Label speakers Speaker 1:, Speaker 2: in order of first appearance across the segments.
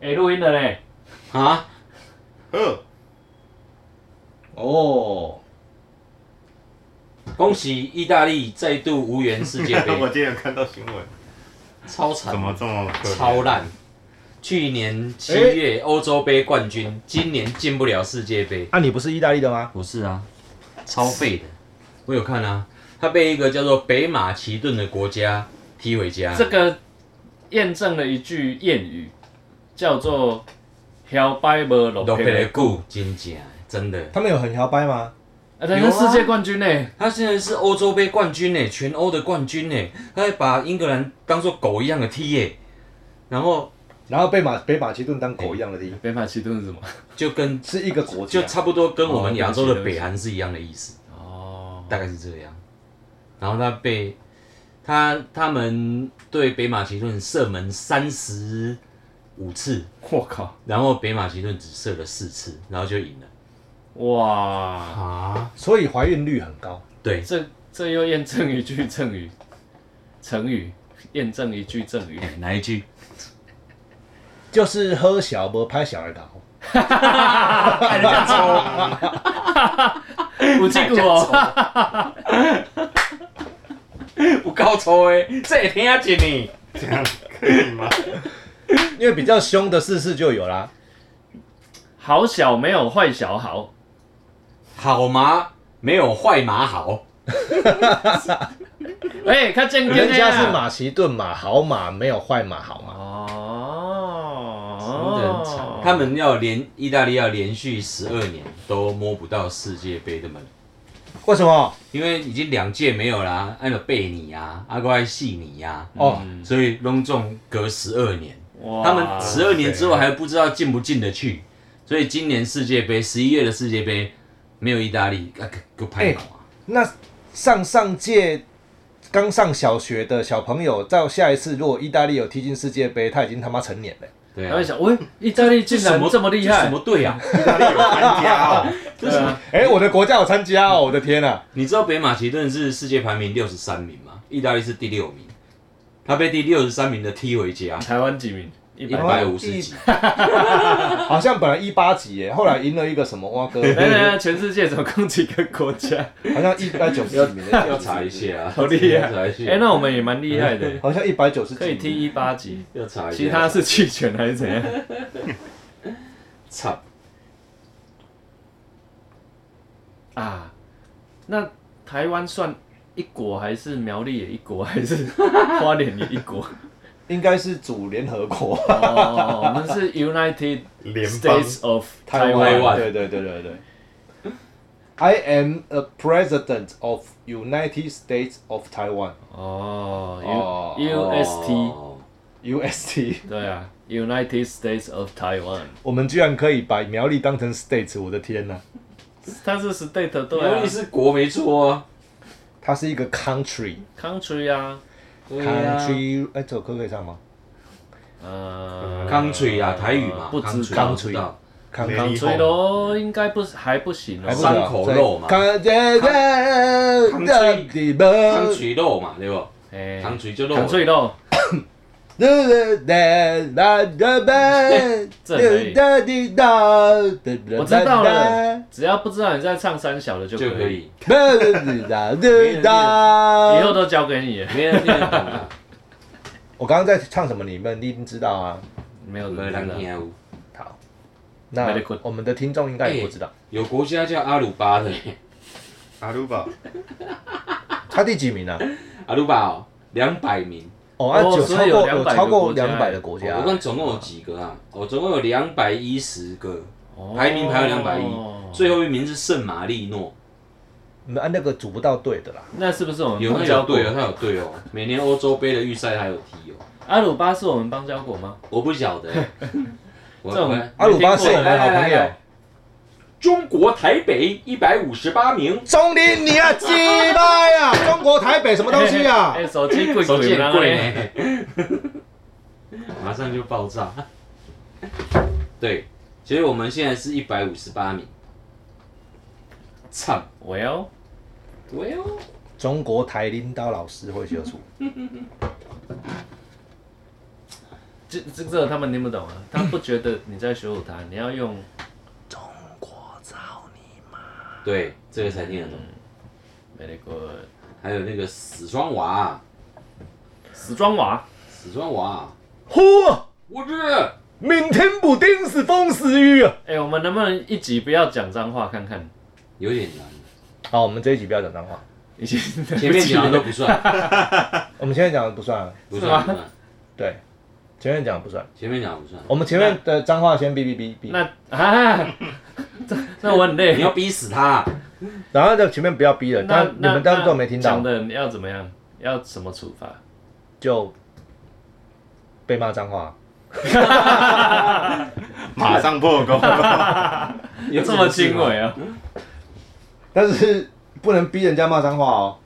Speaker 1: 哎、录音了嘞！
Speaker 2: 啊？呵。哦。恭喜意大利再度无缘 世 界
Speaker 3: 我
Speaker 2: 杯，
Speaker 3: 今天有看到新闻，
Speaker 2: 超惨
Speaker 3: 怎，么这么可怜
Speaker 2: 超？烂。去年七月欧洲杯冠军，今年进不了世界杯。
Speaker 4: 啊，你不是意大利的吗？
Speaker 2: 不是啊，超废的。我有看啊，他被一个叫做北马其顿的国家踢回家。
Speaker 1: 这个验证了一句谚语，叫做啊“摇摆无落
Speaker 2: 都
Speaker 1: 魄
Speaker 2: 佩雷固，真假真的。
Speaker 4: 他们有很摇摆吗？”，
Speaker 1: 啊，他是世界冠军呢、
Speaker 2: 他现在是欧洲杯冠军呢，全欧的冠军呢，他还把英格兰当做狗一样的踢耶，然后
Speaker 4: 然后被马被马其顿当狗一样的踢，
Speaker 1: 北马其顿是什么？
Speaker 2: 就跟
Speaker 4: 是一个国家
Speaker 2: 就。差不多跟我们亚洲
Speaker 1: 哦对
Speaker 2: 的
Speaker 1: 不起
Speaker 2: 北韩是一样的意思，
Speaker 1: 哦，
Speaker 2: 大概是这样。然后他被他他们对北马其顿射门三十五次，
Speaker 1: 我靠，
Speaker 2: 然后北马其顿只射了四次，然后就赢了
Speaker 1: 哇，
Speaker 2: 啊！
Speaker 4: 所以怀孕率很高。
Speaker 2: 对，
Speaker 1: 这这又验证一句成语，成语验证一句成语
Speaker 2: 哎、，哪一句？
Speaker 4: 就是喝小不拍小儿桃，
Speaker 1: 有这句哦，
Speaker 2: 有够粗的，这会听见呢。
Speaker 3: 这样可以吗？
Speaker 4: 因为比较凶的事事就有啦。
Speaker 1: 好小没有坏小好，
Speaker 2: 好麻没有坏马好，
Speaker 1: 哎、欸，他正经
Speaker 4: 人家是
Speaker 1: 嘛？
Speaker 4: 马其顿马，好马没有坏马，好马。
Speaker 2: 真的很惨
Speaker 1: 哦，
Speaker 2: 他们要连意大利要连续十二年都摸不到世界杯的门，
Speaker 4: 为什么？
Speaker 2: 因为已经两届没有啦，按照贝尼啊、阿瓜西尼啊，
Speaker 4: 哦，
Speaker 2: 所以隆重隔十二年，
Speaker 1: 哇
Speaker 2: 他们十二年之后还不知道进不进得去，所以今年世界杯十一月的世界杯没有意大利，啊，给拍搞啊！
Speaker 4: 那上上届刚上小学的小朋友，到下一次如果意大利有踢进世界杯，他已经他妈成年了。
Speaker 2: 对
Speaker 1: 他
Speaker 2: 啊
Speaker 1: 会，想，喂、意大利竟然这么厉
Speaker 2: 这
Speaker 1: 害啊
Speaker 2: 什，么队啊？
Speaker 3: 意大利有参加哦，
Speaker 2: 这什么
Speaker 4: 哎、我的国家有参加哦！我的天啊，
Speaker 2: 你知道北马其顿是世界排名六十三名吗？意大利是第六名，他被第六十三名的踢回家，
Speaker 1: 台湾几名？一
Speaker 2: 一
Speaker 1: 百。
Speaker 2: 百五十
Speaker 1: 哦
Speaker 2: 几。
Speaker 4: 好像本来一八级耶，后来赢了一个什么蛙哥，
Speaker 1: 来来来，全世界总共几个国家？
Speaker 4: 好像一百九十几名的样子
Speaker 2: 要查一，下啊，
Speaker 1: 好厉害
Speaker 2: 要查一下，
Speaker 1: 哎、那我们也蛮厉害的，
Speaker 4: 好像一百九十几
Speaker 1: 可以踢一八级。
Speaker 2: 要查一下。
Speaker 1: 其他是弃权还是怎样？
Speaker 2: 操，
Speaker 1: 啊，那台湾算一国还是苗栗也一国还是花莲也一国？
Speaker 4: 应该是主联合国
Speaker 1: 哦，我们是 United
Speaker 3: 联邦
Speaker 1: States of
Speaker 2: 台
Speaker 1: Taiwan。
Speaker 2: 湾
Speaker 4: 对对对对对。I am a president of United States of Taiwan
Speaker 1: 哦
Speaker 4: 哦
Speaker 1: ，U UST，
Speaker 2: 哦
Speaker 4: UST。
Speaker 1: 对啊，United States of Taiwan，
Speaker 4: 我们居然可以把苗栗当成 states，我的天呐、
Speaker 1: 它是 state 对
Speaker 2: 苗
Speaker 1: 啊
Speaker 2: 栗是国没错啊，
Speaker 4: 它是一个 country，country，
Speaker 1: ，country 啊，
Speaker 2: 对啊
Speaker 4: 哎、这首歌可以唱吗
Speaker 1: 呃
Speaker 2: country 啊，台语嘛，啊
Speaker 1: 不知
Speaker 2: country，
Speaker 1: 道
Speaker 2: 我知道
Speaker 3: 没
Speaker 4: ？country
Speaker 3: 有
Speaker 1: country 咯，应该不是还不行
Speaker 4: 还不
Speaker 1: 哦
Speaker 2: 行。伤口肉嘛
Speaker 4: ，country，country，country，
Speaker 2: country 肉嘛，对不
Speaker 1: 哎
Speaker 2: ？country 就肉，啊
Speaker 1: ，country 咯，这可以
Speaker 4: 我
Speaker 1: 我知道了，只要不知道你在唱三小的就
Speaker 2: 就可
Speaker 1: 可以，
Speaker 2: 以，
Speaker 1: 以后都交给你了。
Speaker 2: 没人听得懂啊，
Speaker 4: 我刚刚在唱什么？你们一定知道啊。
Speaker 1: 没有
Speaker 2: 没
Speaker 1: 人
Speaker 2: 人
Speaker 1: 听
Speaker 2: 听
Speaker 1: 的。
Speaker 2: 啊。
Speaker 4: 好，
Speaker 1: Very
Speaker 4: 那
Speaker 1: good
Speaker 4: 我们的听众应该也不知道，
Speaker 2: 有国家叫阿鲁巴的，
Speaker 3: 阿鲁巴，
Speaker 4: 他第几名啊？
Speaker 2: 阿鲁巴哦，两百名。哦
Speaker 4: 哦，啊，
Speaker 1: 哦
Speaker 4: 有
Speaker 1: 所
Speaker 4: 超
Speaker 1: 以有
Speaker 4: 过
Speaker 1: 200个
Speaker 4: 超过
Speaker 1: 国家
Speaker 4: 两百的国家
Speaker 2: 我，看总共有几个啊？我总共有两百一十个，
Speaker 1: 哦
Speaker 2: 排名排到两百一，最后一名是圣马力诺。
Speaker 4: 你们按那个组不到队的啦。
Speaker 1: 那是不是我们
Speaker 2: 有
Speaker 1: 邦
Speaker 2: 他
Speaker 1: 交
Speaker 2: 有
Speaker 1: 国
Speaker 2: 队？哦，他有队哦。每年欧洲杯的预赛他有踢哦，
Speaker 1: 阿鲁巴是我们邦交国吗？
Speaker 2: 我不晓 得。我
Speaker 1: 这种
Speaker 2: 我来
Speaker 4: 阿鲁巴是我们
Speaker 2: 来
Speaker 4: 的好
Speaker 2: 来
Speaker 4: 朋
Speaker 2: 来
Speaker 4: 友
Speaker 2: 来，中国台北一百五十八名，
Speaker 4: 钟林，你啊，鸡巴呀！中国台北什么东西啊
Speaker 1: 哎、？手机贵
Speaker 2: 手机
Speaker 1: 贵
Speaker 2: 很贵。呢， 马上就爆炸。对，其实我们现在是一百五十八名。操，
Speaker 1: Well，
Speaker 2: 对哦。
Speaker 4: 中国台领导老师会学出，
Speaker 1: 这这这个他们听不懂啊，他不觉得你在羞辱他，你要用
Speaker 2: 对，这个才听得懂。
Speaker 1: 嗯美国
Speaker 2: 还有那个死双娃，啊
Speaker 1: 死装娃，
Speaker 2: 死双娃，啊
Speaker 4: 嚯！
Speaker 2: 我日！
Speaker 4: 明天补丁是风死雨啊！
Speaker 1: 哎、我们能不能一集不要讲脏话看看？
Speaker 2: 有点难，
Speaker 4: 好，我们这一集不要讲脏话，
Speaker 1: 已经
Speaker 2: 前面 讲的都不算，
Speaker 4: 我们前面讲的不算啊，
Speaker 2: 不
Speaker 1: 是吗
Speaker 2: 算，不算，
Speaker 4: 对，前面讲的不算，
Speaker 2: 前面讲的不算。
Speaker 4: 我们前面的脏话先哔哔哔哔，
Speaker 1: 那 啊，这那我很累
Speaker 2: 你。要逼死他，啊
Speaker 4: 然后就前面不要逼了，
Speaker 1: 那
Speaker 4: 但你们当时都没听到
Speaker 1: 讲，的，你要怎么样？要什么处罚？
Speaker 4: 就被骂脏话。
Speaker 3: 马上破功。
Speaker 2: 有
Speaker 1: 这么轻微
Speaker 2: 啊？
Speaker 1: 啊？
Speaker 4: 但是不能逼人家骂脏话哦。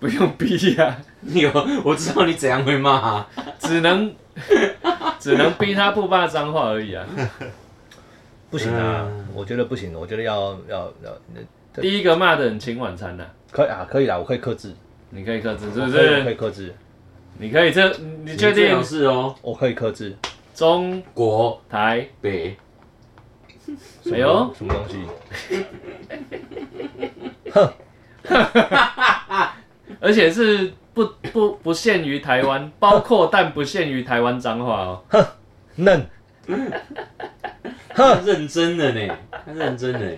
Speaker 1: 不用逼啊，
Speaker 2: 有， 我知道你怎样会骂啊，
Speaker 1: 只能 只能逼他不骂脏话而已啊。
Speaker 4: 不行啊，
Speaker 2: 嗯
Speaker 4: 我觉得不行，我觉得要要要，那对
Speaker 1: 第一个骂的很请晚餐呐、啊，
Speaker 4: 可以啊，可以啦，我可以克制，
Speaker 1: 你可以克制是不
Speaker 4: 我啊可以我可以
Speaker 1: 是？
Speaker 4: 克制，
Speaker 1: 你可以这，你确
Speaker 2: 最好
Speaker 1: 定
Speaker 2: 是哦，
Speaker 4: 我可以克制。
Speaker 1: 中
Speaker 2: 国
Speaker 1: 台？
Speaker 2: 北
Speaker 1: 哎呦，
Speaker 4: 什么东西？
Speaker 1: 而且是不不不限于台湾，包括但不限于台湾脏话哦。
Speaker 4: 嫩，
Speaker 2: 他认真的呢，他认真的呢，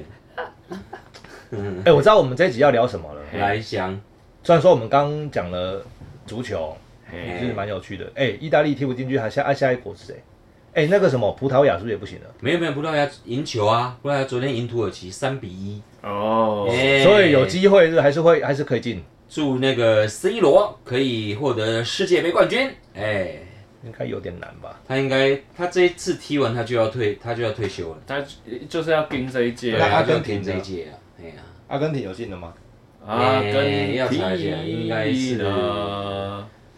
Speaker 4: 哎、我知道我们这一集要聊什么了。
Speaker 1: 嘿
Speaker 2: 来翔，
Speaker 4: 虽然说我们刚讲了足球，也
Speaker 1: 嘿，
Speaker 4: 是蛮有趣的。哎、意大利踢不进去，还下啊下一国是谁？哎、那个什么葡萄牙是不是也不行了？
Speaker 2: 没有没有，葡萄牙赢球啊，葡萄牙昨天赢土耳其三比一，
Speaker 1: 哦，
Speaker 2: 哎
Speaker 4: 所以有机会是还是会还是可以进，
Speaker 2: 祝那个 C 罗可以获得世界杯冠军，哎。
Speaker 4: 应该有点难吧？
Speaker 2: 他应该，他这一次踢完他就要退，他就要退休了。
Speaker 1: 他就是要盯这一届
Speaker 2: 对
Speaker 4: 那
Speaker 2: 啊，
Speaker 4: 阿
Speaker 2: 他
Speaker 4: 根
Speaker 2: 就
Speaker 4: 廷
Speaker 2: 要停这一届啊。哎呀，
Speaker 4: 阿根廷有进了吗？
Speaker 1: 啊，跟
Speaker 2: 要查一下应该是
Speaker 1: 的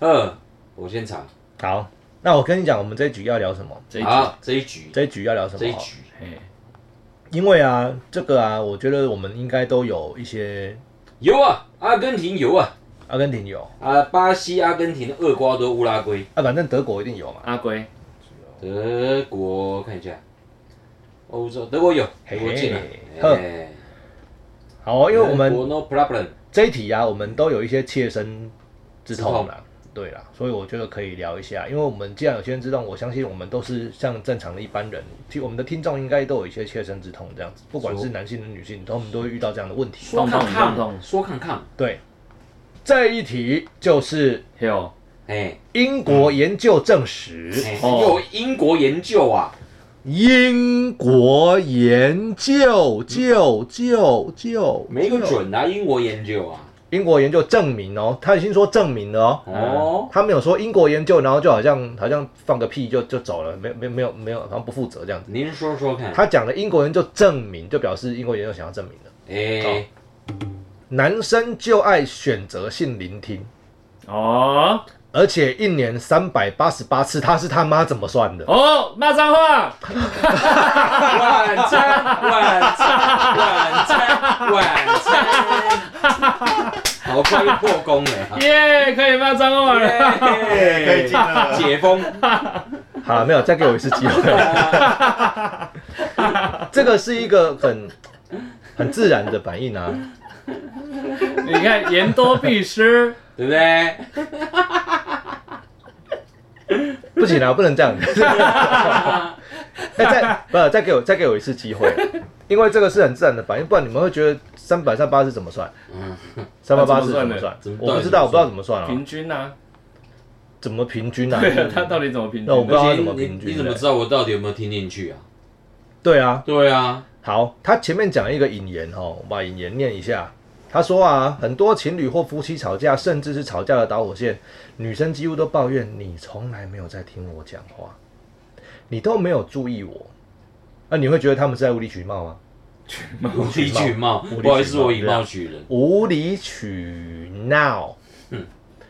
Speaker 2: 二，我先查。
Speaker 4: 好，那我跟你讲，我们这一局要聊什么？
Speaker 1: 这一届，
Speaker 2: 啊好，这一局，
Speaker 4: 这一局要聊什么？
Speaker 2: 这一局，
Speaker 1: 嘿，
Speaker 4: 因为啊，这个啊，我觉得我们应该都有一些
Speaker 2: 有啊，阿根廷有啊，
Speaker 4: 阿根廷有
Speaker 2: 啊，巴西、阿根廷、厄瓜多、乌拉圭、
Speaker 4: 啊，反正德国一定有嘛。
Speaker 1: 阿龟，
Speaker 2: 德国，看一下，欧洲，德国有，
Speaker 4: 嘿
Speaker 2: 德国进了。
Speaker 4: 呵
Speaker 2: 哎
Speaker 4: 好哦、因为我
Speaker 2: 德
Speaker 4: 们
Speaker 2: 国 no problem，
Speaker 4: 这一题啊，我们都有一些切身之痛啦，对啦，所以我觉得可以聊一下。因为我们既然有切身之痛，我相信我们都是像正常的一般人，其实我们的听众应该都有一些切身之痛，这样子，不管是男性的女性，他们都会遇到这样的问题。
Speaker 2: 说
Speaker 1: 动
Speaker 2: 看
Speaker 1: 动动
Speaker 2: 看，
Speaker 1: 动
Speaker 2: 说看看，
Speaker 4: 对，这一题就是
Speaker 1: 有
Speaker 2: 哎，
Speaker 4: 英国研究证实。
Speaker 2: 哎有
Speaker 1: 哦
Speaker 2: 英国研究啊，
Speaker 4: 英国研究就就就
Speaker 2: 嗯没个。准啊，英国研究啊，
Speaker 4: 英国研究证明哦，他已经说证明了哦，
Speaker 2: 哦，
Speaker 4: 他没有说英国研究，然后就好像好像放个屁就就走了，没没没有没有，好像不负责这样子。
Speaker 2: 您说说看，
Speaker 4: 他讲的英国研究证明，就表示英国研究想要证明了，
Speaker 2: 哎。
Speaker 4: 男生就爱选择性聆听，
Speaker 1: 哦
Speaker 4: 而且一年三百八十八次，他是他妈怎么算的？
Speaker 1: 哦，骂脏话，
Speaker 2: 晚餐，晚餐，晚餐，晚餐，好快就破功 了。
Speaker 1: 耶，可以骂脏话了，
Speaker 3: 耶可以进了
Speaker 2: 解封，
Speaker 4: 好了，没有，再给我一次机会。这个是一个很很自然的反应啊，
Speaker 1: 你看言多必失，
Speaker 2: 对不对？
Speaker 4: 不行啊，不能这样。哎、再不是再给我再给我一次机会，因为这个是很自然的反应，不然你们会觉得三百三八是怎么算？
Speaker 2: 嗯，
Speaker 4: 三八八
Speaker 1: 那
Speaker 4: 是
Speaker 1: 怎么算呢
Speaker 4: 怎么算
Speaker 2: 怎？么
Speaker 4: 我不知道，我不知道怎么算啊
Speaker 1: 平，均啊，
Speaker 4: 怎么平均啊？
Speaker 1: 对啊，他到底怎么平
Speaker 4: 那我不知
Speaker 1: 均？
Speaker 4: 道
Speaker 2: 而
Speaker 4: 他怎
Speaker 2: 且
Speaker 4: 么
Speaker 2: 你
Speaker 4: 平均的
Speaker 2: 你怎么知道我到底有没有听进去啊？
Speaker 4: 对啊，
Speaker 2: 对 啊，
Speaker 4: 好，他前面讲了一个引言哦，我把引言念一下。他说啊，很多情侣或夫妻吵架，甚至是吵架的导火线，女生几乎都抱怨你从来没有在听我讲话，你都没有注意我。那、你会觉得他们是在无理取闹吗？
Speaker 2: 无理取闹，
Speaker 4: 无理取闹啊
Speaker 2: 不好意思，我以貌取人。
Speaker 4: 无理取闹。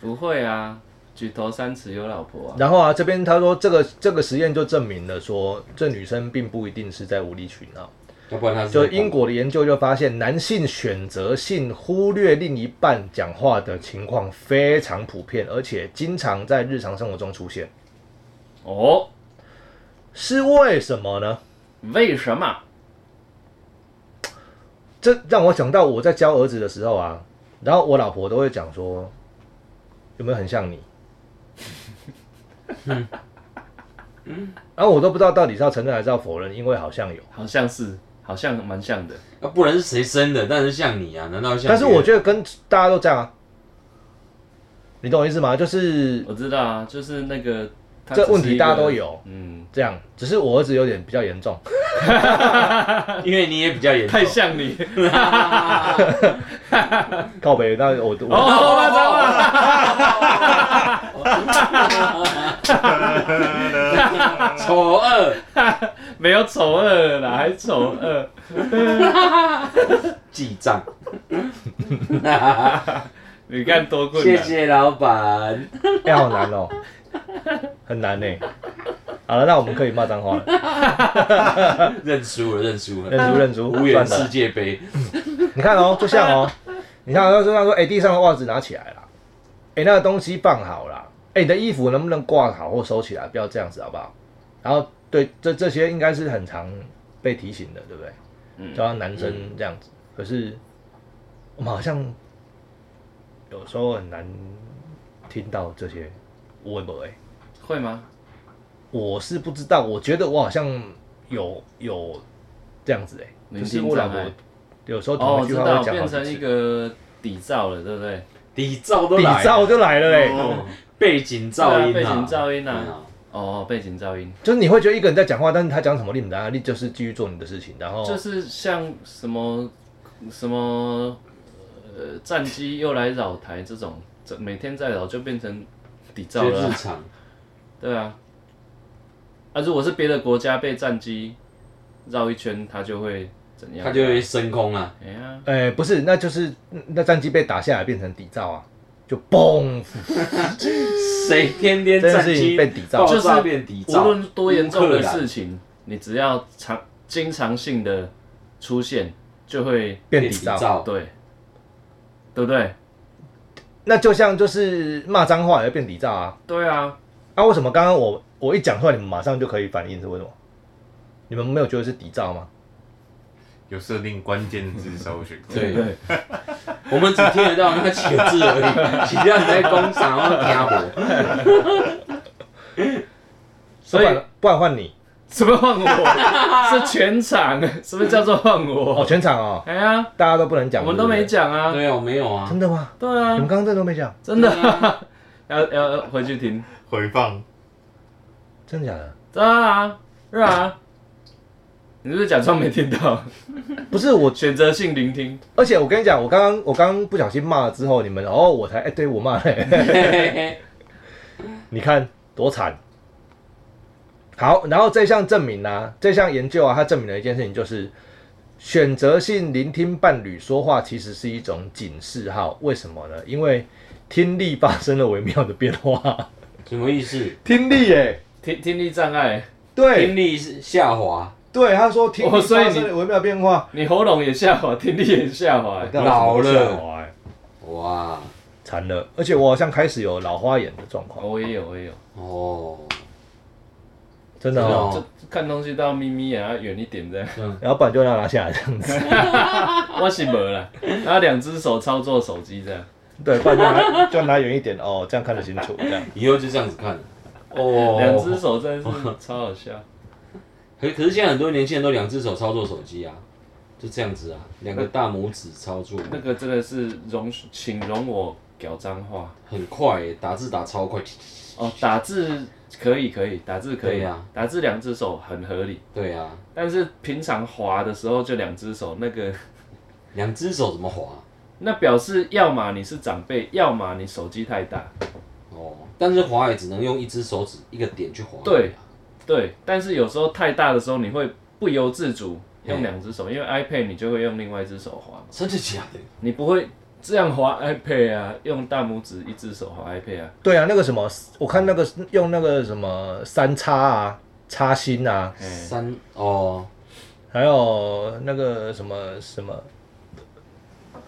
Speaker 1: 不会啊，举头三尺有老婆啊，
Speaker 4: 然后啊，这边他说这个这个实验就证明了说，这女生并不一定是在无理取闹。
Speaker 2: 要不然他是
Speaker 4: 就英国的研究就发现，男性选择性忽略另一半讲话的情况非常普遍，而且经常在日常生活中出现。
Speaker 1: 哦，
Speaker 4: 是为什么呢？
Speaker 1: 为什么？
Speaker 4: 这让我想到我在教儿子的时候啊，然后我老婆都会讲说，有没有很像 你？然后我都不知道到底是要承认还是要否认，因为好像有。
Speaker 1: 好像是，好像蛮像的。
Speaker 2: 啊，不然是谁生的？但是像你啊，难道像？
Speaker 4: 但是我觉得跟大家都这样啊，你懂我意思吗？就是
Speaker 1: 我知道啊，就是那个它
Speaker 4: 这
Speaker 1: 只是
Speaker 4: 问题
Speaker 1: 一个
Speaker 4: 大家都有
Speaker 1: 嗯，
Speaker 4: 这样，只是我儿子有点比较严重。
Speaker 2: 得，因为你也比较严重
Speaker 1: 太。 像你
Speaker 4: 告北，那我我、
Speaker 1: 哦，我知道了。
Speaker 2: 丑恶，
Speaker 1: 没有丑恶啦，还丑恶。
Speaker 2: 记 账。
Speaker 1: 你看多困
Speaker 2: 谢
Speaker 1: 难。
Speaker 2: 谢老板。
Speaker 4: 哎好难哦，很难呢、欸好了，那我们可以骂脏话了，
Speaker 2: 认输了，认输了。
Speaker 4: 认输认输，
Speaker 2: 无缘
Speaker 4: 算
Speaker 2: 世
Speaker 4: 了。
Speaker 2: 界杯，
Speaker 4: 你看哦，就像 哦，你看他就像说，哎、地上的袜子拿起来了，哎、那个东西放好了，哎、你的衣服能不能挂好或收起来？不要这样子好不好？然后对，这这些应该是很常被提醒的，对不对？
Speaker 1: 嗯
Speaker 4: 就像男生这样子，可是我们好像有时候很难听到这些，我也不会。
Speaker 1: 会吗？
Speaker 4: 我是不知道，我觉得我好像有有这样子哎、欸，
Speaker 1: 聆
Speaker 4: 就
Speaker 1: 听
Speaker 4: 是我老
Speaker 1: 障
Speaker 4: 婆
Speaker 1: 碍
Speaker 4: 有时候
Speaker 1: 哦，
Speaker 4: 同
Speaker 1: 我知
Speaker 4: 一句话
Speaker 1: 道，
Speaker 4: 会讲好
Speaker 1: 变
Speaker 4: 几次，
Speaker 1: 成一个底噪了，对不对？
Speaker 2: 底照都
Speaker 4: 底
Speaker 2: 来
Speaker 4: 噪
Speaker 2: 了，
Speaker 4: 就来了欸嘞、
Speaker 3: 哦
Speaker 2: 背景噪音啊，
Speaker 1: 对啊背景噪音啊
Speaker 2: 对啊。
Speaker 1: 哦，背景噪音，
Speaker 4: 就是你会觉得一个人在讲话，但是他讲什么你不答，你就是继续做你的事情，然
Speaker 2: 哦
Speaker 4: 后
Speaker 1: 就是像什么什么呃，战机又来扰台这种，这每天在扰就变成底噪
Speaker 2: 就
Speaker 1: 了
Speaker 2: 日
Speaker 1: 啊，
Speaker 2: 常，
Speaker 1: 对啊。啊，如果是别的国家被战机绕一圈，它就会怎样？
Speaker 2: 它就会升空啊。
Speaker 1: 哎呀，
Speaker 4: 呃不是，那就是那战机被打下来变成底噪啊，就嘣，
Speaker 2: 谁天天
Speaker 4: 这件
Speaker 2: 战
Speaker 4: 事情
Speaker 2: 机
Speaker 4: 被抵
Speaker 2: 爆
Speaker 4: 造
Speaker 2: 炸变底
Speaker 1: 无
Speaker 2: 噪，
Speaker 1: 论多严重的
Speaker 2: 乌克兰
Speaker 1: 事情，你只要常经常性的出现，就会
Speaker 4: 变底噪。
Speaker 2: 噪，
Speaker 1: 对，对不对？
Speaker 4: 那就像就是骂脏话也会变底噪啊。
Speaker 1: 对啊，
Speaker 4: 那、为什么刚刚我我一讲出来，你们马上就可以反应是为什么？你们没有觉得是底噪吗？
Speaker 3: 有设定关键字搜寻，
Speaker 2: 对，我们只听得到那几个字而已，其他人在工厂要听火，
Speaker 1: 所以
Speaker 4: 不然不然换你
Speaker 1: 什么换我？是全场，什么叫做换
Speaker 4: 哦，
Speaker 1: 我？
Speaker 4: 全场哦，
Speaker 1: 哎呀，
Speaker 4: 大家都不能讲，
Speaker 1: 我们都没
Speaker 4: 对不
Speaker 1: 讲啊，
Speaker 2: 对啊，我没有啊
Speaker 4: 对，真，的吗？
Speaker 1: 对
Speaker 4: 你们
Speaker 1: 啊，
Speaker 4: 刚刚真的都没讲，
Speaker 1: 真的啊， 要要要回去听，
Speaker 3: 回放
Speaker 4: 真的假的？
Speaker 1: 对啊，是啊，你是不是假装没听到？
Speaker 4: 不是我，
Speaker 1: 选择性聆听，
Speaker 4: 而且我跟你讲，我刚刚我刚刚不小心骂了之后，你们哦，我才哎、对我骂了、
Speaker 2: 嘿嘿嘿
Speaker 4: 你看多惨。好，然后这项证明啊，这项研究啊，它证明了一件事情，就是选择性聆听伴侣说话其实是一种警示号。为什么呢？因为听力发生了微妙的变化。
Speaker 2: 什么意思？
Speaker 4: 听力耶、
Speaker 1: 听听力障碍，
Speaker 4: 对
Speaker 2: 听力是下滑，
Speaker 4: 对，他说听力
Speaker 1: 哦所以
Speaker 4: 发
Speaker 1: 你
Speaker 4: 生了微妙的变化。
Speaker 1: 你喉咙也下滑，听力也下滑，
Speaker 4: 我干嘛
Speaker 2: 老了
Speaker 4: 吓我啊
Speaker 2: 哇，
Speaker 4: 惨了，而且我好像开始有老花眼的状况，
Speaker 1: 我也有，我也有。
Speaker 2: 哦，
Speaker 4: 真的哦。
Speaker 2: 哦
Speaker 1: 就看东西都要眯眯眼，要远一点这样。
Speaker 4: 然后不然就让它拿下来这样子，
Speaker 1: 我是没啦，然后两只手操作手机这样。
Speaker 4: 对，不然就拿就拿远一点哦，这样看得清楚， 这样。
Speaker 2: 以后就这样子看，哦，
Speaker 1: 两只手真的 是超好笑。
Speaker 2: 可可是现在很多年轻人都两只手操作手机啊，就这样子啊，两个大拇指操作，
Speaker 1: 那个真的是容，请容我屌脏 话
Speaker 2: 很快耶，打字打超快，
Speaker 1: 哦。打字可以可以，打字可以
Speaker 2: 对啊，
Speaker 1: 打字两只手很合理。
Speaker 2: 对啊，
Speaker 1: 但是平常滑的时候就两只手，那个
Speaker 2: 两只手怎么滑？
Speaker 1: 那表示要么你是长辈，要么你手机太大。
Speaker 2: 哦，但是滑也只能用一只手指一个点去滑。
Speaker 1: 对对，但是有时候太大的时候，你会不由自主用两只手，因为 iPad 你就会用另外一只手滑嘛。
Speaker 2: 真的假的？
Speaker 1: 你不会这样滑 iPad 啊？用大拇指一只手滑 iPad 啊？
Speaker 4: 对啊，那个什么，我看那个用那个什么三叉啊、叉心啊，
Speaker 1: 哎，
Speaker 2: 三哦，
Speaker 4: 还有那个什么什么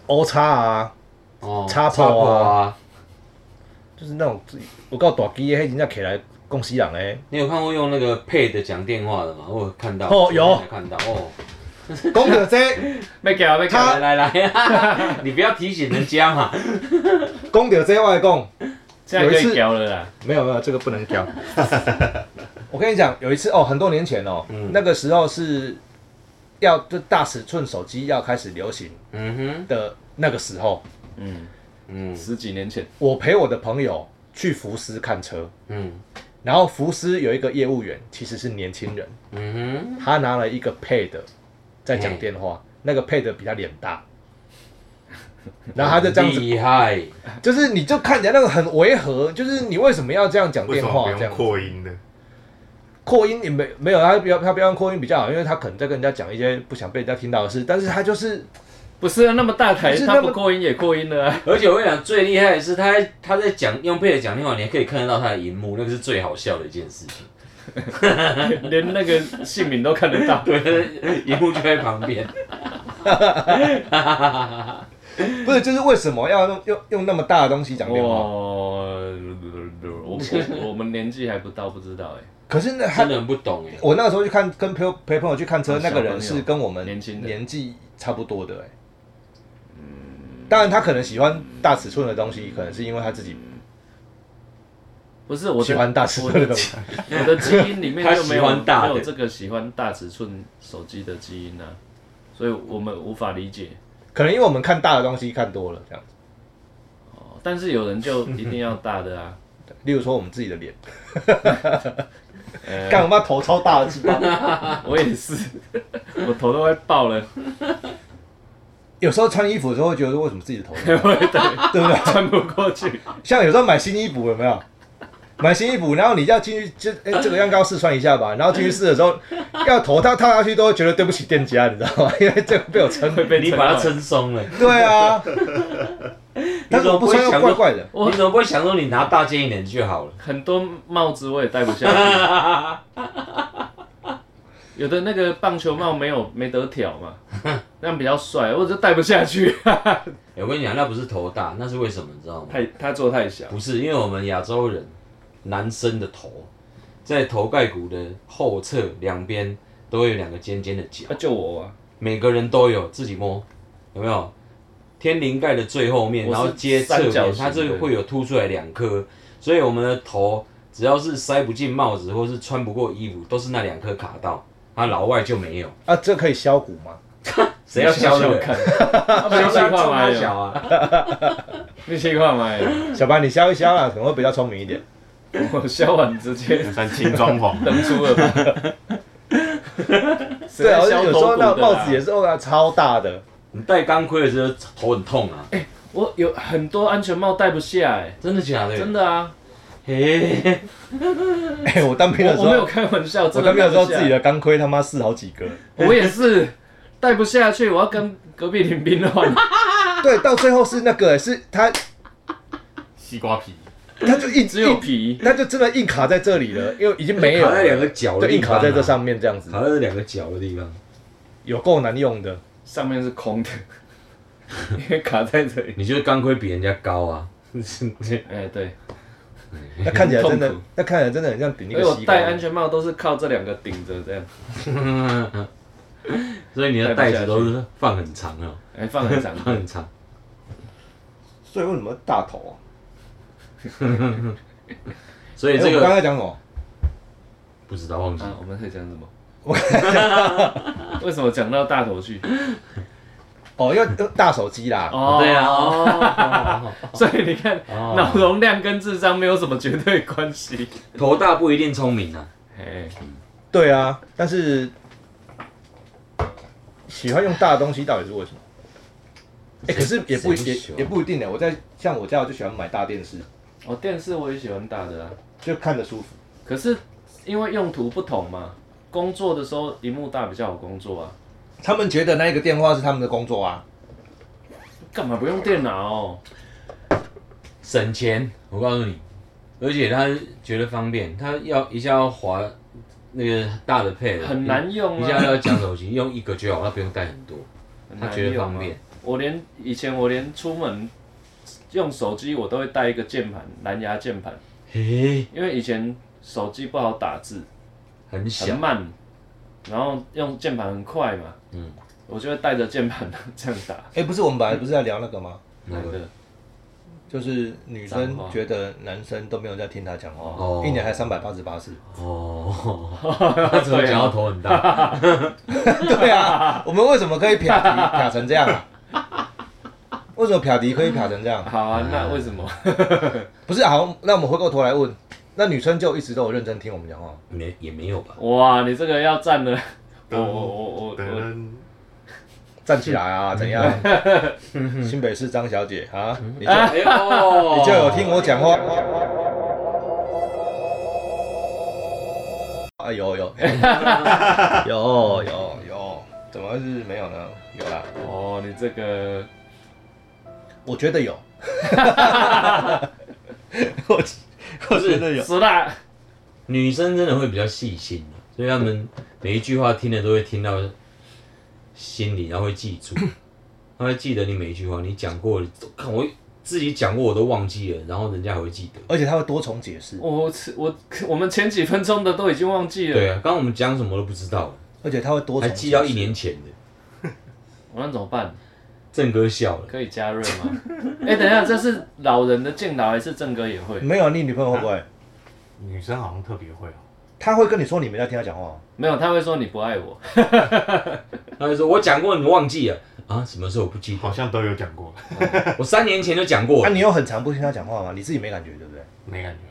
Speaker 4: O 叉啊，
Speaker 2: 哦，
Speaker 4: 插
Speaker 2: 插
Speaker 4: 炮啊
Speaker 2: 炮啊，
Speaker 4: 就是那种自己我告大机黑人家起来恭喜人诶，
Speaker 2: 你有看过用那个 Pad 讲电话的吗？我有看到
Speaker 4: 哦有
Speaker 2: 我才看到哦，
Speaker 4: 讲到这，
Speaker 1: 没给啊，没给
Speaker 2: 来
Speaker 1: 啊，
Speaker 2: 来来， 你不要提醒人家嘛。
Speaker 4: 讲到这，我来讲，
Speaker 1: 现在可
Speaker 4: 有一
Speaker 1: 以
Speaker 4: 次
Speaker 1: 聊了啦。
Speaker 4: 没有没有，这个不能讲。 我跟你讲，有一次哦，很多年前哦，
Speaker 2: 嗯
Speaker 4: 那个时候是要就大尺寸手机要开始流行
Speaker 2: 嗯哼，
Speaker 4: 的那个时候，
Speaker 1: 嗯，
Speaker 2: 嗯
Speaker 1: 十几年前，
Speaker 4: 我陪我的朋友去福斯看车，
Speaker 2: 嗯
Speaker 4: 然后福斯有一个业务员其实是年轻人，
Speaker 2: 嗯
Speaker 4: 他拿了一个 Pad 在讲电话，那个 Pad 比他脸大， 然后他就
Speaker 2: 哼，
Speaker 4: 这样子
Speaker 2: 厉害，
Speaker 4: 就是你就看起来那个很违和，就是你为什么要这样讲
Speaker 3: 为
Speaker 4: 电
Speaker 3: 什么
Speaker 4: 话
Speaker 3: 不
Speaker 4: 这样
Speaker 3: 用
Speaker 4: 子？
Speaker 3: 扩音 呢？
Speaker 4: 扩音也没没有，他不要他不要用扩音比较好，因为他可能在跟人家讲一些不想被人家听到的事，但是他就是
Speaker 1: 不是啊，那么大台，
Speaker 4: 不是
Speaker 1: 他
Speaker 4: 那么
Speaker 1: 不扩音也扩音了啊。
Speaker 2: 而且我跟你讲，最厉害的是他在他在讲用 Pad 讲电话，你还可以看得到他的荧幕，那个是最好笑的一件事情。
Speaker 1: 连那个姓名都看得到。
Speaker 2: 对，荧幕就在旁边。
Speaker 4: 不是就是为什么要用用用那么大的东西讲电话？
Speaker 1: 哦，我我我们年纪还不到，不知道哎、
Speaker 4: 可是那他
Speaker 2: 真的很不懂哎、
Speaker 4: 我那个时候去看跟朋友陪朋友去看车，
Speaker 1: 哦
Speaker 4: 那个
Speaker 1: 小
Speaker 4: 人
Speaker 1: 朋友
Speaker 4: 是跟我们
Speaker 1: 年轻的
Speaker 4: 年纪差不多的、欸，当然他可能喜欢大尺寸的东西，可能是因为他自己
Speaker 1: 不是我
Speaker 4: 喜
Speaker 1: 的
Speaker 4: 欢大尺
Speaker 1: 我
Speaker 4: 寸的
Speaker 1: 的
Speaker 4: 东西。
Speaker 1: 我的基因里面
Speaker 2: 他
Speaker 1: 就没
Speaker 2: 喜
Speaker 1: 有
Speaker 2: 欢大
Speaker 1: 没
Speaker 2: 的
Speaker 1: 有这个喜欢大尺寸手机的基因啊，所以我们无法理解。
Speaker 4: 可能因为我们看大的东西看多了，这样子。
Speaker 1: 哦，但是有人就一定要大的啊。
Speaker 4: 例如说我们自己的脸，
Speaker 1: 呃
Speaker 4: 干我妈头超大的鸡 巴。
Speaker 1: 我也是，我头都快爆了，
Speaker 4: 有时候穿衣服的时候会觉得说为什么自己的头 那么大，对不对？
Speaker 1: 穿不过去。
Speaker 4: 像有时候买新衣服有没有？买新衣服，然后你要进去就哎、这个样高试穿一下吧，然后进去试 的时候，要头套套下去都会觉得对不起店家，你知道吗？因为这个被我撑
Speaker 1: 会被
Speaker 2: 你
Speaker 1: 撑
Speaker 2: 把
Speaker 1: 到
Speaker 2: 它撑松了，
Speaker 4: 对啊，
Speaker 2: 你
Speaker 4: 但
Speaker 2: 怎
Speaker 4: 是
Speaker 2: 么
Speaker 4: 我
Speaker 2: 不
Speaker 4: 不
Speaker 2: 会
Speaker 4: 穿又
Speaker 2: 想
Speaker 4: 怪
Speaker 2: 说，
Speaker 4: 怪的。
Speaker 1: 我
Speaker 2: 你怎么不会想说你拿大件一点就好了？
Speaker 1: 很多帽子我也戴不下去， 有的那个棒球帽没有没得挑嘛，那样比较帅，我就戴不下去。
Speaker 2: 欸我跟你讲，那不是头大，那是为什么？你知道吗？
Speaker 1: 太他做太小，
Speaker 2: 不是，因为我们亚洲人男生的头在头盖骨的后侧两边都会有两个尖尖的角
Speaker 1: 那，就我啊，
Speaker 2: 每个人都有，自己摸，有没有？天灵盖的最后面，
Speaker 1: 我
Speaker 2: 然
Speaker 1: 是
Speaker 2: 后接侧
Speaker 1: 三角
Speaker 2: 面，
Speaker 1: 形
Speaker 2: 它这个
Speaker 1: 的
Speaker 2: 会有凸出来两颗，所以我们的头只要是塞不进帽子或是穿不过衣服，都是那两颗卡到，啊，老外就没有，
Speaker 4: 啊，这可以削骨吗？
Speaker 2: 谁要削这
Speaker 1: 我
Speaker 2: 个？
Speaker 1: 看，你
Speaker 2: 削
Speaker 1: 先画
Speaker 2: 他冲他
Speaker 1: 嘛
Speaker 2: 小
Speaker 1: 呀，
Speaker 2: 啊！
Speaker 1: 你先画嘛呀，
Speaker 4: 小白，你削一削啦，啊可能会比较聪明一点。
Speaker 1: 我削完直接，
Speaker 3: 算轻装潢
Speaker 1: 登 出了吧。谁
Speaker 4: 对
Speaker 1: 在
Speaker 4: 啊，而且
Speaker 1: 削
Speaker 4: 有时
Speaker 1: 头
Speaker 4: 候
Speaker 1: 骨
Speaker 4: 那
Speaker 1: 的
Speaker 4: 个帽
Speaker 1: 啦
Speaker 4: 子也是哦，啊超大 的。
Speaker 2: 你戴钢盔的时候头很痛啊，
Speaker 1: 我有很多安全帽戴不下哎、
Speaker 2: 真的假的？
Speaker 1: 真
Speaker 2: 的。
Speaker 1: 的啊，
Speaker 2: 嘿，
Speaker 4: 哎，我当兵的时
Speaker 1: 我我
Speaker 4: 候
Speaker 1: 没，有开玩笑，
Speaker 4: 我
Speaker 1: 真的
Speaker 4: 当兵的时候
Speaker 1: 戴不下
Speaker 4: 自己的钢盔他妈试好几个。
Speaker 1: 我也是戴不下去，我要跟隔壁邻兵 换。
Speaker 4: 对，到最后是那个，是他
Speaker 3: 西瓜皮，
Speaker 4: 他就一
Speaker 1: 只
Speaker 4: 直
Speaker 1: 有
Speaker 4: 硬，
Speaker 1: 皮，
Speaker 4: 他就真的硬卡在这里了，因为已经没有
Speaker 2: 卡在两个
Speaker 4: 了，
Speaker 2: 角的
Speaker 4: 就
Speaker 2: 地
Speaker 4: 硬
Speaker 2: 方啊
Speaker 4: 卡在这上面这样子，
Speaker 2: 卡在两个角的地方。
Speaker 4: 有够难用的。
Speaker 1: 上面是空的， 因为卡在这里。
Speaker 2: 你觉得钢盔比人家高 啊？
Speaker 1: 哎、对，
Speaker 4: 那看起来真的
Speaker 1: 痛苦，
Speaker 4: 那看起来真的很像顶一
Speaker 1: 因为
Speaker 4: 个
Speaker 1: 哎我
Speaker 4: 西瓜
Speaker 1: 戴。安全帽都是靠这两个顶着这样，
Speaker 2: 所以你的带子都是放很长哦，
Speaker 1: 哎、放很 长。
Speaker 2: 放很长。
Speaker 4: 所以为什么大头啊？
Speaker 2: 所以
Speaker 4: 哎，
Speaker 2: 这
Speaker 4: 我刚
Speaker 2: 个
Speaker 4: 才讲什么？
Speaker 2: 不知道忘记。
Speaker 1: 啊，我们在讲什么？ 为什么讲到大头去？
Speaker 4: 哦，因为呃大手机啦。
Speaker 1: 哦
Speaker 2: 对啊，哦，
Speaker 1: 所以你看，
Speaker 2: 哦
Speaker 1: 脑容量跟智商没有什么绝对关系。
Speaker 2: 头大不一定聪明啊。
Speaker 1: 哎，
Speaker 4: 对啊，但是喜欢用大的东西到底是为什么？哎、可是也不
Speaker 2: 谁
Speaker 4: 也
Speaker 2: 喜欢
Speaker 4: 也不一定欸呢。我在像我家，我就喜欢买大电视，
Speaker 1: 哦，电视我也喜欢大的啊，
Speaker 4: 就看着舒服。
Speaker 1: 可是因为用途不同嘛，工作的时候荧幕大比较好工作啊。
Speaker 4: 他们觉得那一个电话是他们的工作啊，
Speaker 1: 干嘛不用电脑、
Speaker 2: 省钱，我告诉你，而且他觉得方便，他要一下要滑那个大的配，
Speaker 1: 很难用
Speaker 2: 一下
Speaker 1: 啊，
Speaker 2: 要讲手机，用一个就好，他不用带很多，
Speaker 1: 很
Speaker 2: 他
Speaker 1: 难
Speaker 2: 觉得
Speaker 1: 用
Speaker 2: 方
Speaker 1: 啊
Speaker 2: 便。。
Speaker 1: 我连以前我连出门用手机，我都会带一个键盘，蓝牙键盘，
Speaker 2: 嘿，
Speaker 1: 因为以前手机不好打字，
Speaker 2: 很
Speaker 1: 很
Speaker 2: 小，
Speaker 1: 慢，然后用键盘很快嘛，
Speaker 2: 嗯，
Speaker 1: 我就会带着键盘这样打。
Speaker 4: 哎、不是我们本来不是在聊那个吗？
Speaker 1: 那个
Speaker 4: 就是女
Speaker 1: 脏
Speaker 4: 生
Speaker 1: 话
Speaker 4: 觉得男生都没有在听她讲话，
Speaker 2: 哦
Speaker 4: 一年还三百八十八次。
Speaker 2: 哦，他怎么讲到头很大？
Speaker 4: 对啊，我们为什么可以啪题啪成这样啊？为什么啪题可以啪成这样？
Speaker 1: 好啊，那为什么？
Speaker 4: 不是好，那我们回过头来问，那女生就一直都有认真听我们讲话吗？
Speaker 2: 没也没有吧？
Speaker 1: 哇，你这个要占了，我我我我我，
Speaker 3: 噔，
Speaker 4: 站起来啊，怎样？ 新北市张小姐啊，你就
Speaker 2: 哎呦，
Speaker 4: 你就有听我讲话。啊，有 有有有有，怎么会是没有呢？有啦，
Speaker 1: 哦，你这个
Speaker 4: 我觉得有， 我我觉得有，
Speaker 1: 死啦！
Speaker 2: 女生真的会比较细心啊所以他们每一句话听的都会听到心里，然后会记 住，他会记得你每一句话，你讲过，看我自己讲过我都忘记了，然后人家还会记得。
Speaker 4: 而且他会多重解释，
Speaker 1: 我我我们前几分钟的都已经忘记了。
Speaker 2: 对啊，刚刚我们讲什么都不知道，
Speaker 4: 而且他会多
Speaker 2: 还
Speaker 4: 重解释
Speaker 2: 记到一年前的。
Speaker 1: 我那怎么办？
Speaker 2: 郑哥笑了，
Speaker 1: 可以加热吗？ 哎、等一下，这是老人的敬老，还是郑哥也会？
Speaker 4: 没有，啊你女朋友会不会？
Speaker 3: 女生好像特别会哦。
Speaker 4: 她会跟你说你没在听她讲话吗？
Speaker 1: 没有，他会说你不爱我。
Speaker 2: 他就说：“我讲过，你忘记了啊？什么时候我不记
Speaker 3: 好
Speaker 2: 得？
Speaker 3: 像都有讲过，
Speaker 2: 我三年前就讲过
Speaker 4: 那、
Speaker 2: 了。
Speaker 4: 啊你有很常不听她讲话吗？你自己没感觉对不对？
Speaker 3: 没感觉。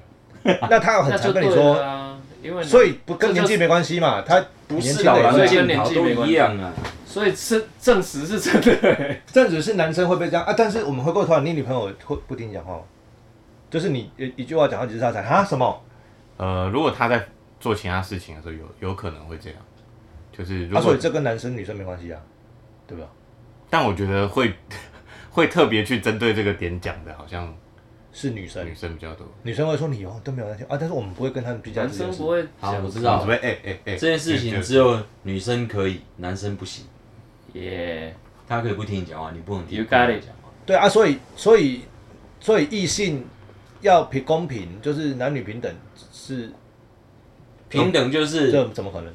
Speaker 4: 啊那她有
Speaker 1: 那
Speaker 4: 很
Speaker 1: 就
Speaker 4: 常
Speaker 1: 对
Speaker 4: 跟你说
Speaker 1: 了，啊，因为
Speaker 4: 所
Speaker 1: 以
Speaker 4: 以不跟年纪没关系嘛，她
Speaker 2: 不
Speaker 4: 年
Speaker 2: 是
Speaker 4: 轻的
Speaker 2: 老
Speaker 4: 也
Speaker 2: 人
Speaker 4: 会
Speaker 1: 所以
Speaker 2: 健
Speaker 1: 跟年
Speaker 2: 考
Speaker 1: 纪没
Speaker 2: 都
Speaker 1: 关
Speaker 2: 一
Speaker 1: 系
Speaker 2: 样啊，
Speaker 1: 所以是证实是真的、 欸。
Speaker 4: 这样子是男生会被这样啊，但是我们回过头来，你女朋友会不听你讲话吗？就是你呃一一句话讲好几次，她才啊什么？
Speaker 3: 呃，如果他在做其他事情的时候，有有可能会这样，就是如
Speaker 4: 啊，所
Speaker 3: 果
Speaker 4: 以，这跟男生女生没关系啊，对吧？
Speaker 3: 但我觉得会 会特别去针对这个点讲的，好像
Speaker 4: 是女生
Speaker 3: 女，生比较多。
Speaker 4: 女生会说你哦都没有在听啊，但是我们不会跟他们比较
Speaker 1: 男
Speaker 4: 这件
Speaker 1: 生
Speaker 4: 事。
Speaker 1: 不会
Speaker 2: 好
Speaker 1: 讲
Speaker 2: 我知道
Speaker 3: 准备哎哎哎，
Speaker 2: 这件事情只有女生可以，男生不行。
Speaker 1: 耶
Speaker 2: 他可以不听你讲话，你不能听
Speaker 1: You got it
Speaker 2: 你讲话。
Speaker 4: 对啊，所以所以所以异性要平公平，就是男女平等是
Speaker 2: 平等就是
Speaker 4: 这怎么可能？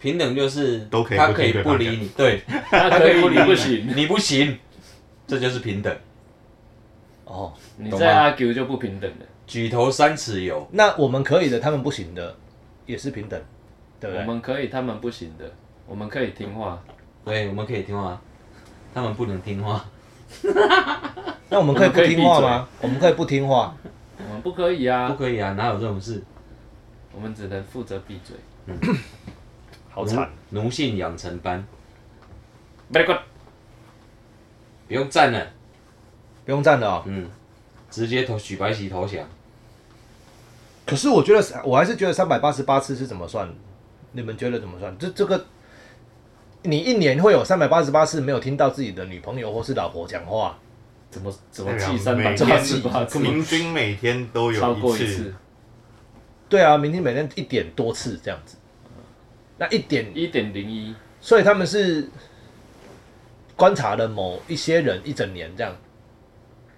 Speaker 2: 平等就是
Speaker 3: 都可以
Speaker 2: 他
Speaker 3: 不
Speaker 2: 可以
Speaker 3: 听对
Speaker 2: 不
Speaker 3: 方
Speaker 2: 理
Speaker 3: 讲
Speaker 2: 你，对，
Speaker 1: 他可以，你不行，
Speaker 2: 你不行，这就是平等。
Speaker 4: 哦，
Speaker 1: 你
Speaker 2: 懂
Speaker 1: 再
Speaker 2: 吗
Speaker 1: argue 就不平等了。
Speaker 2: 举头三尺有，
Speaker 4: 那我们可以的，他们不行的也是平等，对不
Speaker 1: 我
Speaker 4: 对？
Speaker 1: 们可以，他们不行的。我们可以听话，
Speaker 2: 对，我们可以听话，他们不能听话。
Speaker 4: 那我们可以
Speaker 1: 我们
Speaker 4: 不
Speaker 1: 可以
Speaker 4: 听话
Speaker 1: 闭嘴
Speaker 4: 吗？我们可以不听话。
Speaker 1: 我们不可以
Speaker 2: 不
Speaker 1: 啊，
Speaker 2: 可以啊，哪有这种事？
Speaker 1: 我们只能负责闭嘴。
Speaker 4: 好
Speaker 2: 奴奴性养成班，
Speaker 1: 别管，
Speaker 2: 不用站了，
Speaker 4: 不用站了、哦。
Speaker 2: 嗯，直接投许白旗投降。
Speaker 4: 可是我觉得，我还是觉得三百八十八次是怎么算？你们觉得怎么算？这这个，你一年会有三百八十八次没有听到自己的女朋友或是老婆讲话，
Speaker 1: 怎么怎么
Speaker 3: 对啊
Speaker 1: 记三百
Speaker 3: 每
Speaker 1: 八十
Speaker 3: 天
Speaker 1: 八次，
Speaker 3: 平均每天都
Speaker 1: 超
Speaker 3: 有
Speaker 1: 过一
Speaker 3: 一
Speaker 1: 次
Speaker 3: 次，，
Speaker 4: 对啊，明天每天一点多次这样子，那一点，
Speaker 1: 一点零一。
Speaker 4: 所以他们是观察了某一些人一整年这样，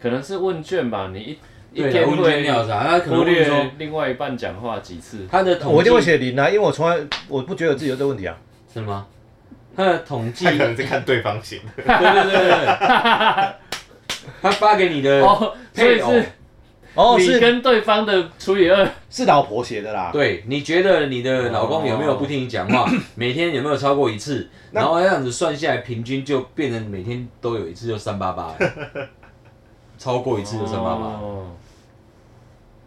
Speaker 1: 可能是问卷吧，你一一
Speaker 2: 对啊
Speaker 1: 天
Speaker 2: 问卷
Speaker 1: 会
Speaker 2: 调查，他可能
Speaker 1: 忽
Speaker 2: 会
Speaker 1: 略
Speaker 2: 说
Speaker 1: 另外一半讲话几次，
Speaker 2: 他的统
Speaker 4: 我
Speaker 2: 计
Speaker 4: 一定会写零啊，因为我从来我不觉得自己有这个问题啊。
Speaker 2: 是吗？他的统计，
Speaker 3: 他
Speaker 2: 对
Speaker 3: 可
Speaker 2: 对
Speaker 3: 能在看对方写的。
Speaker 2: 对对对，他发给你的
Speaker 1: 哦，所以
Speaker 2: 配偶
Speaker 1: 是
Speaker 4: 哦，
Speaker 1: 你
Speaker 4: 是
Speaker 1: 跟对方的除以二，
Speaker 4: 是老婆写的啦，
Speaker 2: 对，你觉得你的老公有没有不听你讲话？
Speaker 1: 哦
Speaker 2: 每天有没有超过一次？
Speaker 4: 那
Speaker 2: 然后这样子算下来，平均就变成每天都有一次，就三八八，超过一次就三八八。
Speaker 1: 哦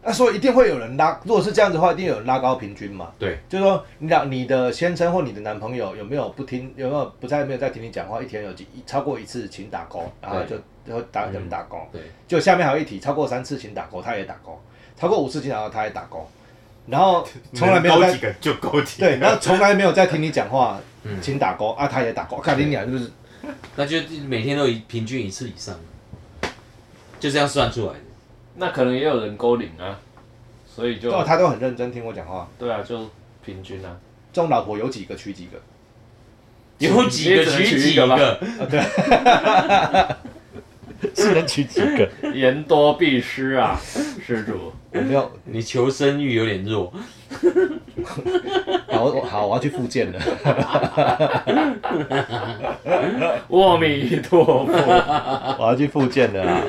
Speaker 4: 那所以一定会有人拉，如果是这样子的话，一定有人拉高平均嘛。
Speaker 2: 对，
Speaker 4: 就是说，你老你的先生或你的男朋友有没有不听，有没有不再没有在听你讲话？一天有几超过一次，请打勾，然后就就打
Speaker 2: 嗯
Speaker 4: 人打勾。
Speaker 2: 对，
Speaker 4: 就下面还有一题，超过三次请打勾，他也打勾；超过五次请打勾，他也打勾。然后从来没有
Speaker 3: 能勾
Speaker 4: 在
Speaker 3: 几个就勾几个。
Speaker 4: 对，然后从来没有在听你讲话
Speaker 2: 嗯，
Speaker 4: 请打勾啊，他也打勾。看你俩是不是？
Speaker 2: 那就每天都一平均一次以上，就这样算出来的。
Speaker 1: 那可能也有人勾零啊，所以就
Speaker 4: 哦，他都很认真听我讲话。
Speaker 1: 对啊，就平均啊，
Speaker 4: 这种老婆有几个娶几个？啊
Speaker 2: 有几个取几
Speaker 1: 你也只能
Speaker 2: 个，
Speaker 4: 是能娶几个？
Speaker 1: 言多必失啊，施主。
Speaker 4: 我没有，
Speaker 2: 你求生欲有点弱。
Speaker 4: 好，我好，我要去复健了。
Speaker 1: 阿弥陀佛，
Speaker 4: 我要去复健了啊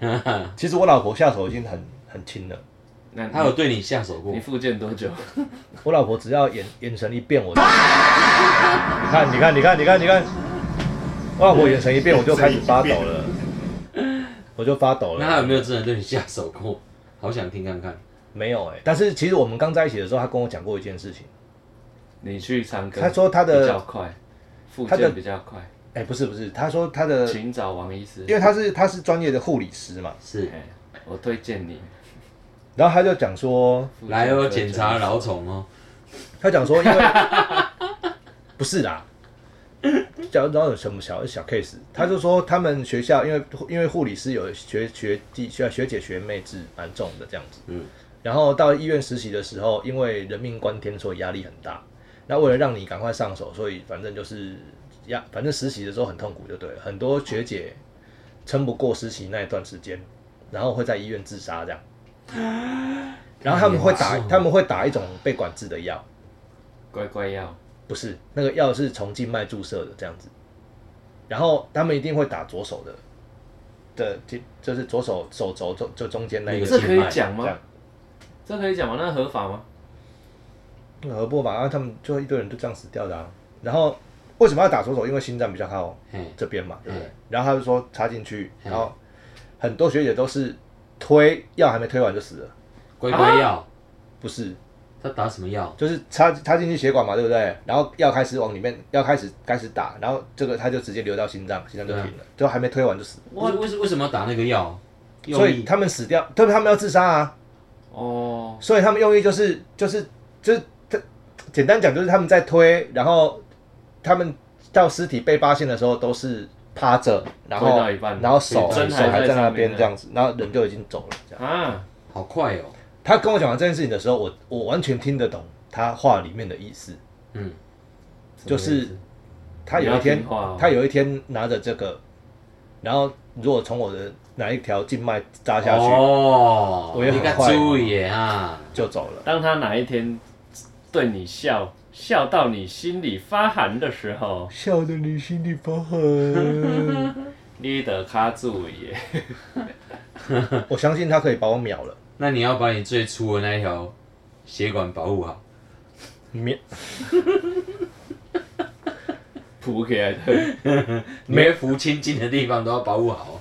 Speaker 4: 啦。其实我老婆下手已经很很轻了，
Speaker 1: 那
Speaker 2: 他有对你下手过
Speaker 1: 你？复健多久？
Speaker 4: 我老婆只要眼眼神一变，我就，你看，你看，你看，你看，你看，我老婆眼神一变，我就开始发抖了，我就发抖了。
Speaker 2: 那他有没有真的对你下手过？好想听看看。
Speaker 4: 没有哎、但是其实我们刚在一起的时候，她跟我讲过一件事情。
Speaker 1: 你去唱歌，
Speaker 4: 他说他的
Speaker 1: 比较快，复
Speaker 4: 他的
Speaker 1: 健比较快，
Speaker 4: 哎、不是不是，她说她的，
Speaker 1: 请找王医师
Speaker 4: 因。为她是她是专业的护理师嘛，
Speaker 2: 是，
Speaker 1: 哎我推荐你
Speaker 4: 然后她就讲说，
Speaker 1: 复健
Speaker 2: 来哦，
Speaker 1: 科
Speaker 2: 检
Speaker 1: 诊
Speaker 2: 查老虫哦。
Speaker 4: 她讲说因为 不是啦，讲然后有什么小小 case，她就说他们学校因为因为护理师有学学弟学学姐学妹制蛮重的这样子，
Speaker 2: 嗯
Speaker 4: 然后到医院实习的时候，因为人命关天，所以压力很大。那为了让你赶快上手，所以反正就是压，反正实习的时候很痛苦就对了。很多学姐撑不过实习那一段时间，然后会在医院自杀这样。然后他们会打
Speaker 2: 哎呀，
Speaker 4: 他们会打一种被管制的药，
Speaker 1: 乖乖药，
Speaker 4: 不是那个药是从静脉注射的这样子。然后他们一定会打左手的，的就就是左手手肘中就中间那一
Speaker 2: 那
Speaker 4: 个
Speaker 2: 个
Speaker 1: 这
Speaker 2: 静
Speaker 1: 可
Speaker 2: 脉
Speaker 1: 以讲
Speaker 4: 这
Speaker 1: 吗
Speaker 4: 样？
Speaker 1: 这可以讲吗？那合法吗？
Speaker 4: 那核波吧，啊，他们就一堆人就这样死掉的啊。然后为什么要打左手？因为心脏比较靠
Speaker 2: 嘿，
Speaker 4: 这边嘛，对不对
Speaker 2: 嗯？
Speaker 4: 然后他就说插进去，然后很多学姐都是推药还没推完就死了，
Speaker 2: 乖乖
Speaker 4: 啊
Speaker 2: 药，
Speaker 4: 不是，
Speaker 2: 他打什么药？
Speaker 4: 就是插插进去血管嘛，对不对？然后药开始往里面，药开始开始打，然后这个他就直接流到心脏，心脏就停
Speaker 2: 啊
Speaker 4: 了，就还没推完就死了。
Speaker 2: 为为什为什么要打那个药？
Speaker 4: 所
Speaker 2: 用
Speaker 4: 以
Speaker 2: 力
Speaker 4: 他们死掉，对，他们要自杀啊，
Speaker 1: 哦，
Speaker 4: 所以他们用意就是就是就是他简单讲就是他们在推，然后他们到尸体被发现的时候都是趴着，然后
Speaker 1: 推到一半
Speaker 4: 然后手
Speaker 1: 针
Speaker 4: 手
Speaker 1: 还
Speaker 4: 还
Speaker 1: 在
Speaker 4: 在那
Speaker 1: 上面
Speaker 4: 边
Speaker 1: 呢
Speaker 4: 这样子，然后人就已经走了。这样，
Speaker 1: 啊，
Speaker 2: 好快哦。
Speaker 4: 他跟我讲完这件事情的时候，我我完全听得懂他话里面的意思，
Speaker 2: 嗯，
Speaker 4: 就是他有一
Speaker 1: 你要
Speaker 4: 天
Speaker 1: 听话哦
Speaker 4: 他有一天拿着这个，然后如果从我的哪一条静脉扎下去
Speaker 2: 哦，
Speaker 4: 我也很
Speaker 2: 你较
Speaker 4: 快
Speaker 2: 注意的啊。
Speaker 4: 就走了。
Speaker 1: 当他哪一天对你笑，笑到你心里发寒的时候，
Speaker 4: 笑得你心里发寒。
Speaker 1: 你得卡住耶。
Speaker 4: 我相信他可以把我秒了，
Speaker 2: 那你要把你最粗的那一条血管保护好。
Speaker 4: 秒
Speaker 1: 扑起来的，
Speaker 2: 你会浮青筋的地方都要保护好。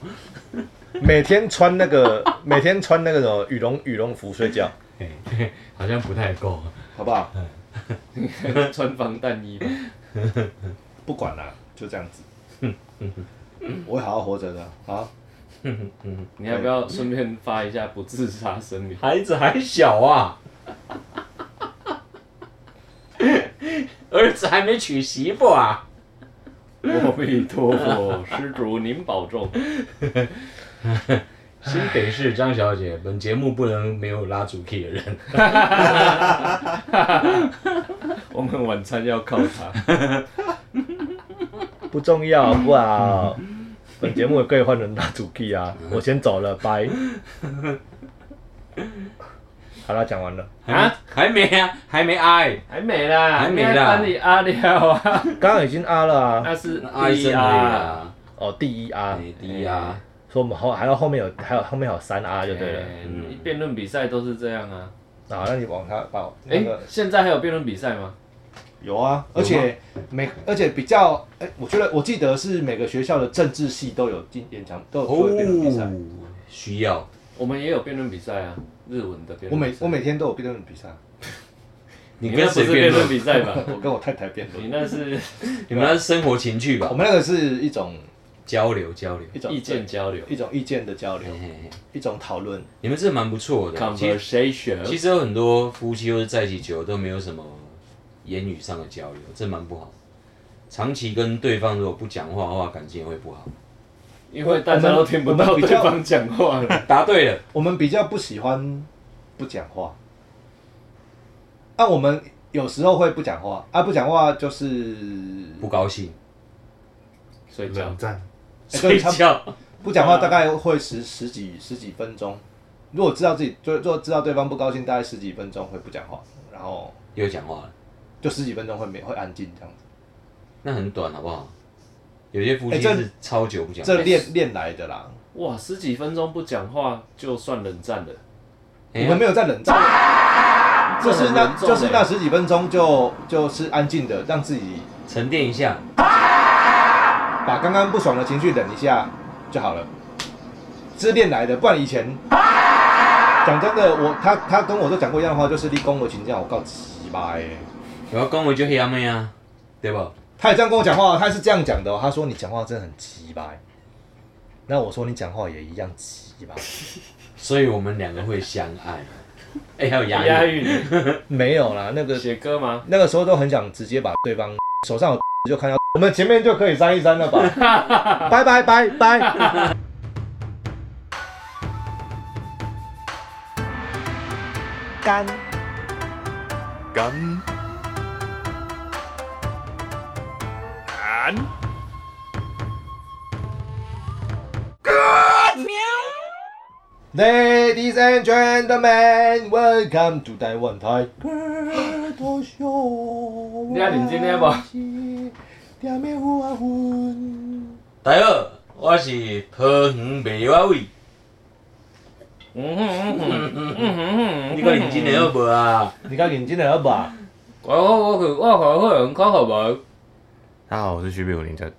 Speaker 4: 每天穿那个 每天穿那个什么羽绒羽绒服睡觉，
Speaker 2: 嘿嘿好像不太够。
Speaker 4: 好不好？
Speaker 1: 穿防弹衣吧。
Speaker 4: 不管啦，就这样子。嗯我会好好活着的。好，
Speaker 1: 你要不要顺便发一下不自杀声明？
Speaker 2: 孩子还小啊， 儿子还没娶媳妇啊。
Speaker 1: 阿弥陀佛，施主您保重。
Speaker 2: 新北市张小姐，本节目不能没有拉主 key 的人。
Speaker 1: 我们晚餐要靠他。
Speaker 4: 不重要，好不好？本节目也可以换人当主 key 啊。我先走了， 拜。好了，讲完了。
Speaker 2: 啊，还没啊，还没爱，
Speaker 1: 还没啦，
Speaker 2: 还没啦
Speaker 1: 把你阿廖啊，
Speaker 4: 刚刚已经啊了啊，
Speaker 1: 那是
Speaker 2: 爱
Speaker 1: 第一
Speaker 2: 生的
Speaker 1: 啊，
Speaker 2: 啊，
Speaker 4: 哦，第一啊，
Speaker 2: 美的啊，
Speaker 4: 说我们后还有后面有还有后面还有三啊就对了。
Speaker 1: 哎
Speaker 2: 嗯
Speaker 1: 辩论比赛都是这样啊。
Speaker 4: 啊，那你往他把我那
Speaker 1: 哎
Speaker 4: 个，
Speaker 1: 现在还有辩论比赛吗？
Speaker 4: 有啊，而且每而且比较，哎、我觉得我记得是每个学校的政治系都有进演讲，都有做辩论比赛。
Speaker 2: 哦，需要
Speaker 1: 我们也有辩论比赛啊，日文的辩论比赛。
Speaker 4: 我每我每天都有辩论比赛，
Speaker 2: 你
Speaker 1: 你那不
Speaker 2: 跟谁
Speaker 1: 是辩
Speaker 2: 辩
Speaker 1: 论
Speaker 2: 论？
Speaker 1: 比赛吧？
Speaker 4: 我跟我太太辩论。
Speaker 1: 你那是
Speaker 2: 你们那是生活情趣吧
Speaker 4: 我？们那个是一种
Speaker 2: 交流交流
Speaker 4: 一。种
Speaker 1: 意见交流
Speaker 4: 一种意见的交流
Speaker 2: 嘿，嘿嘿
Speaker 4: 一种讨论。
Speaker 2: 你们这蛮不错的，其实其
Speaker 1: ，conversation。
Speaker 2: 实有很多夫妻或者在一起久了都没有什么言语上的交流，这蛮不好。长期跟对方如果不讲话的话，感情也会不 好。
Speaker 1: 因为大家都听不
Speaker 4: 我
Speaker 1: 到
Speaker 4: 们
Speaker 1: 对
Speaker 4: 比较
Speaker 1: 方讲话了。
Speaker 2: 答对了，
Speaker 4: 我们比较不喜欢不讲话，啊，我们有时候会不讲话，啊，不讲话就是
Speaker 2: 不高兴，
Speaker 1: 睡觉
Speaker 3: 冷，战，
Speaker 4: 哎对
Speaker 2: 睡觉，
Speaker 4: 不讲话，大概会十十几十几分钟，如果知道自己就就知道对方不高兴，大概十几分钟会不讲话，然后
Speaker 2: 又讲话了，
Speaker 4: 就十几分钟会没会安静这样子。
Speaker 2: 那很短好不好？有些夫妻
Speaker 4: 哎这
Speaker 2: 是超久不讲话，
Speaker 4: 这练练来的啦，
Speaker 1: 哇，十几分钟不讲话就算冷战了，
Speaker 2: 哎
Speaker 4: 我们没有在冷战，就
Speaker 1: 啊这
Speaker 4: 是
Speaker 1: 很
Speaker 4: 那
Speaker 1: 严重
Speaker 4: 就是那
Speaker 1: 欸
Speaker 4: 十几分钟就就是安静的，让自己
Speaker 2: 沉淀一下，
Speaker 4: 把刚刚不爽的情绪忍一下就好了。这是练来的，不然以前
Speaker 1: 啊
Speaker 4: 讲真的，我他他跟我都讲过一样的话，就是立功我请假，我告急吧哎。
Speaker 2: 我要跟我就黑阿妹啊，对吧？
Speaker 4: 他也这样跟我讲话，他是这样讲的、哦，他说你讲话真的很急吧？那我说你讲话也一样急吧？
Speaker 2: 所以我们两个会相爱。 哎、还有牙
Speaker 1: 欸押
Speaker 2: 韵，
Speaker 1: 韵，
Speaker 4: 没有啦，那个
Speaker 1: 写歌吗？
Speaker 4: 那个时候都很想直接把对方手上有就看到，我们前面就可以删一删了吧？ 拜拜拜拜。干
Speaker 3: 干
Speaker 4: ，Ladies and gentlemen, welcome to 台湾台。多秀
Speaker 1: 你要认真的不？
Speaker 4: 点面呼啊呼。
Speaker 2: 大家好，我是桃园梅花味，
Speaker 1: 嗯哼嗯哼嗯哼嗯哼
Speaker 2: 你个认真的好无啊？
Speaker 4: 你较认真来好吧？
Speaker 1: 我我我我好好人看好无？
Speaker 3: 大家好，我是徐炳武林家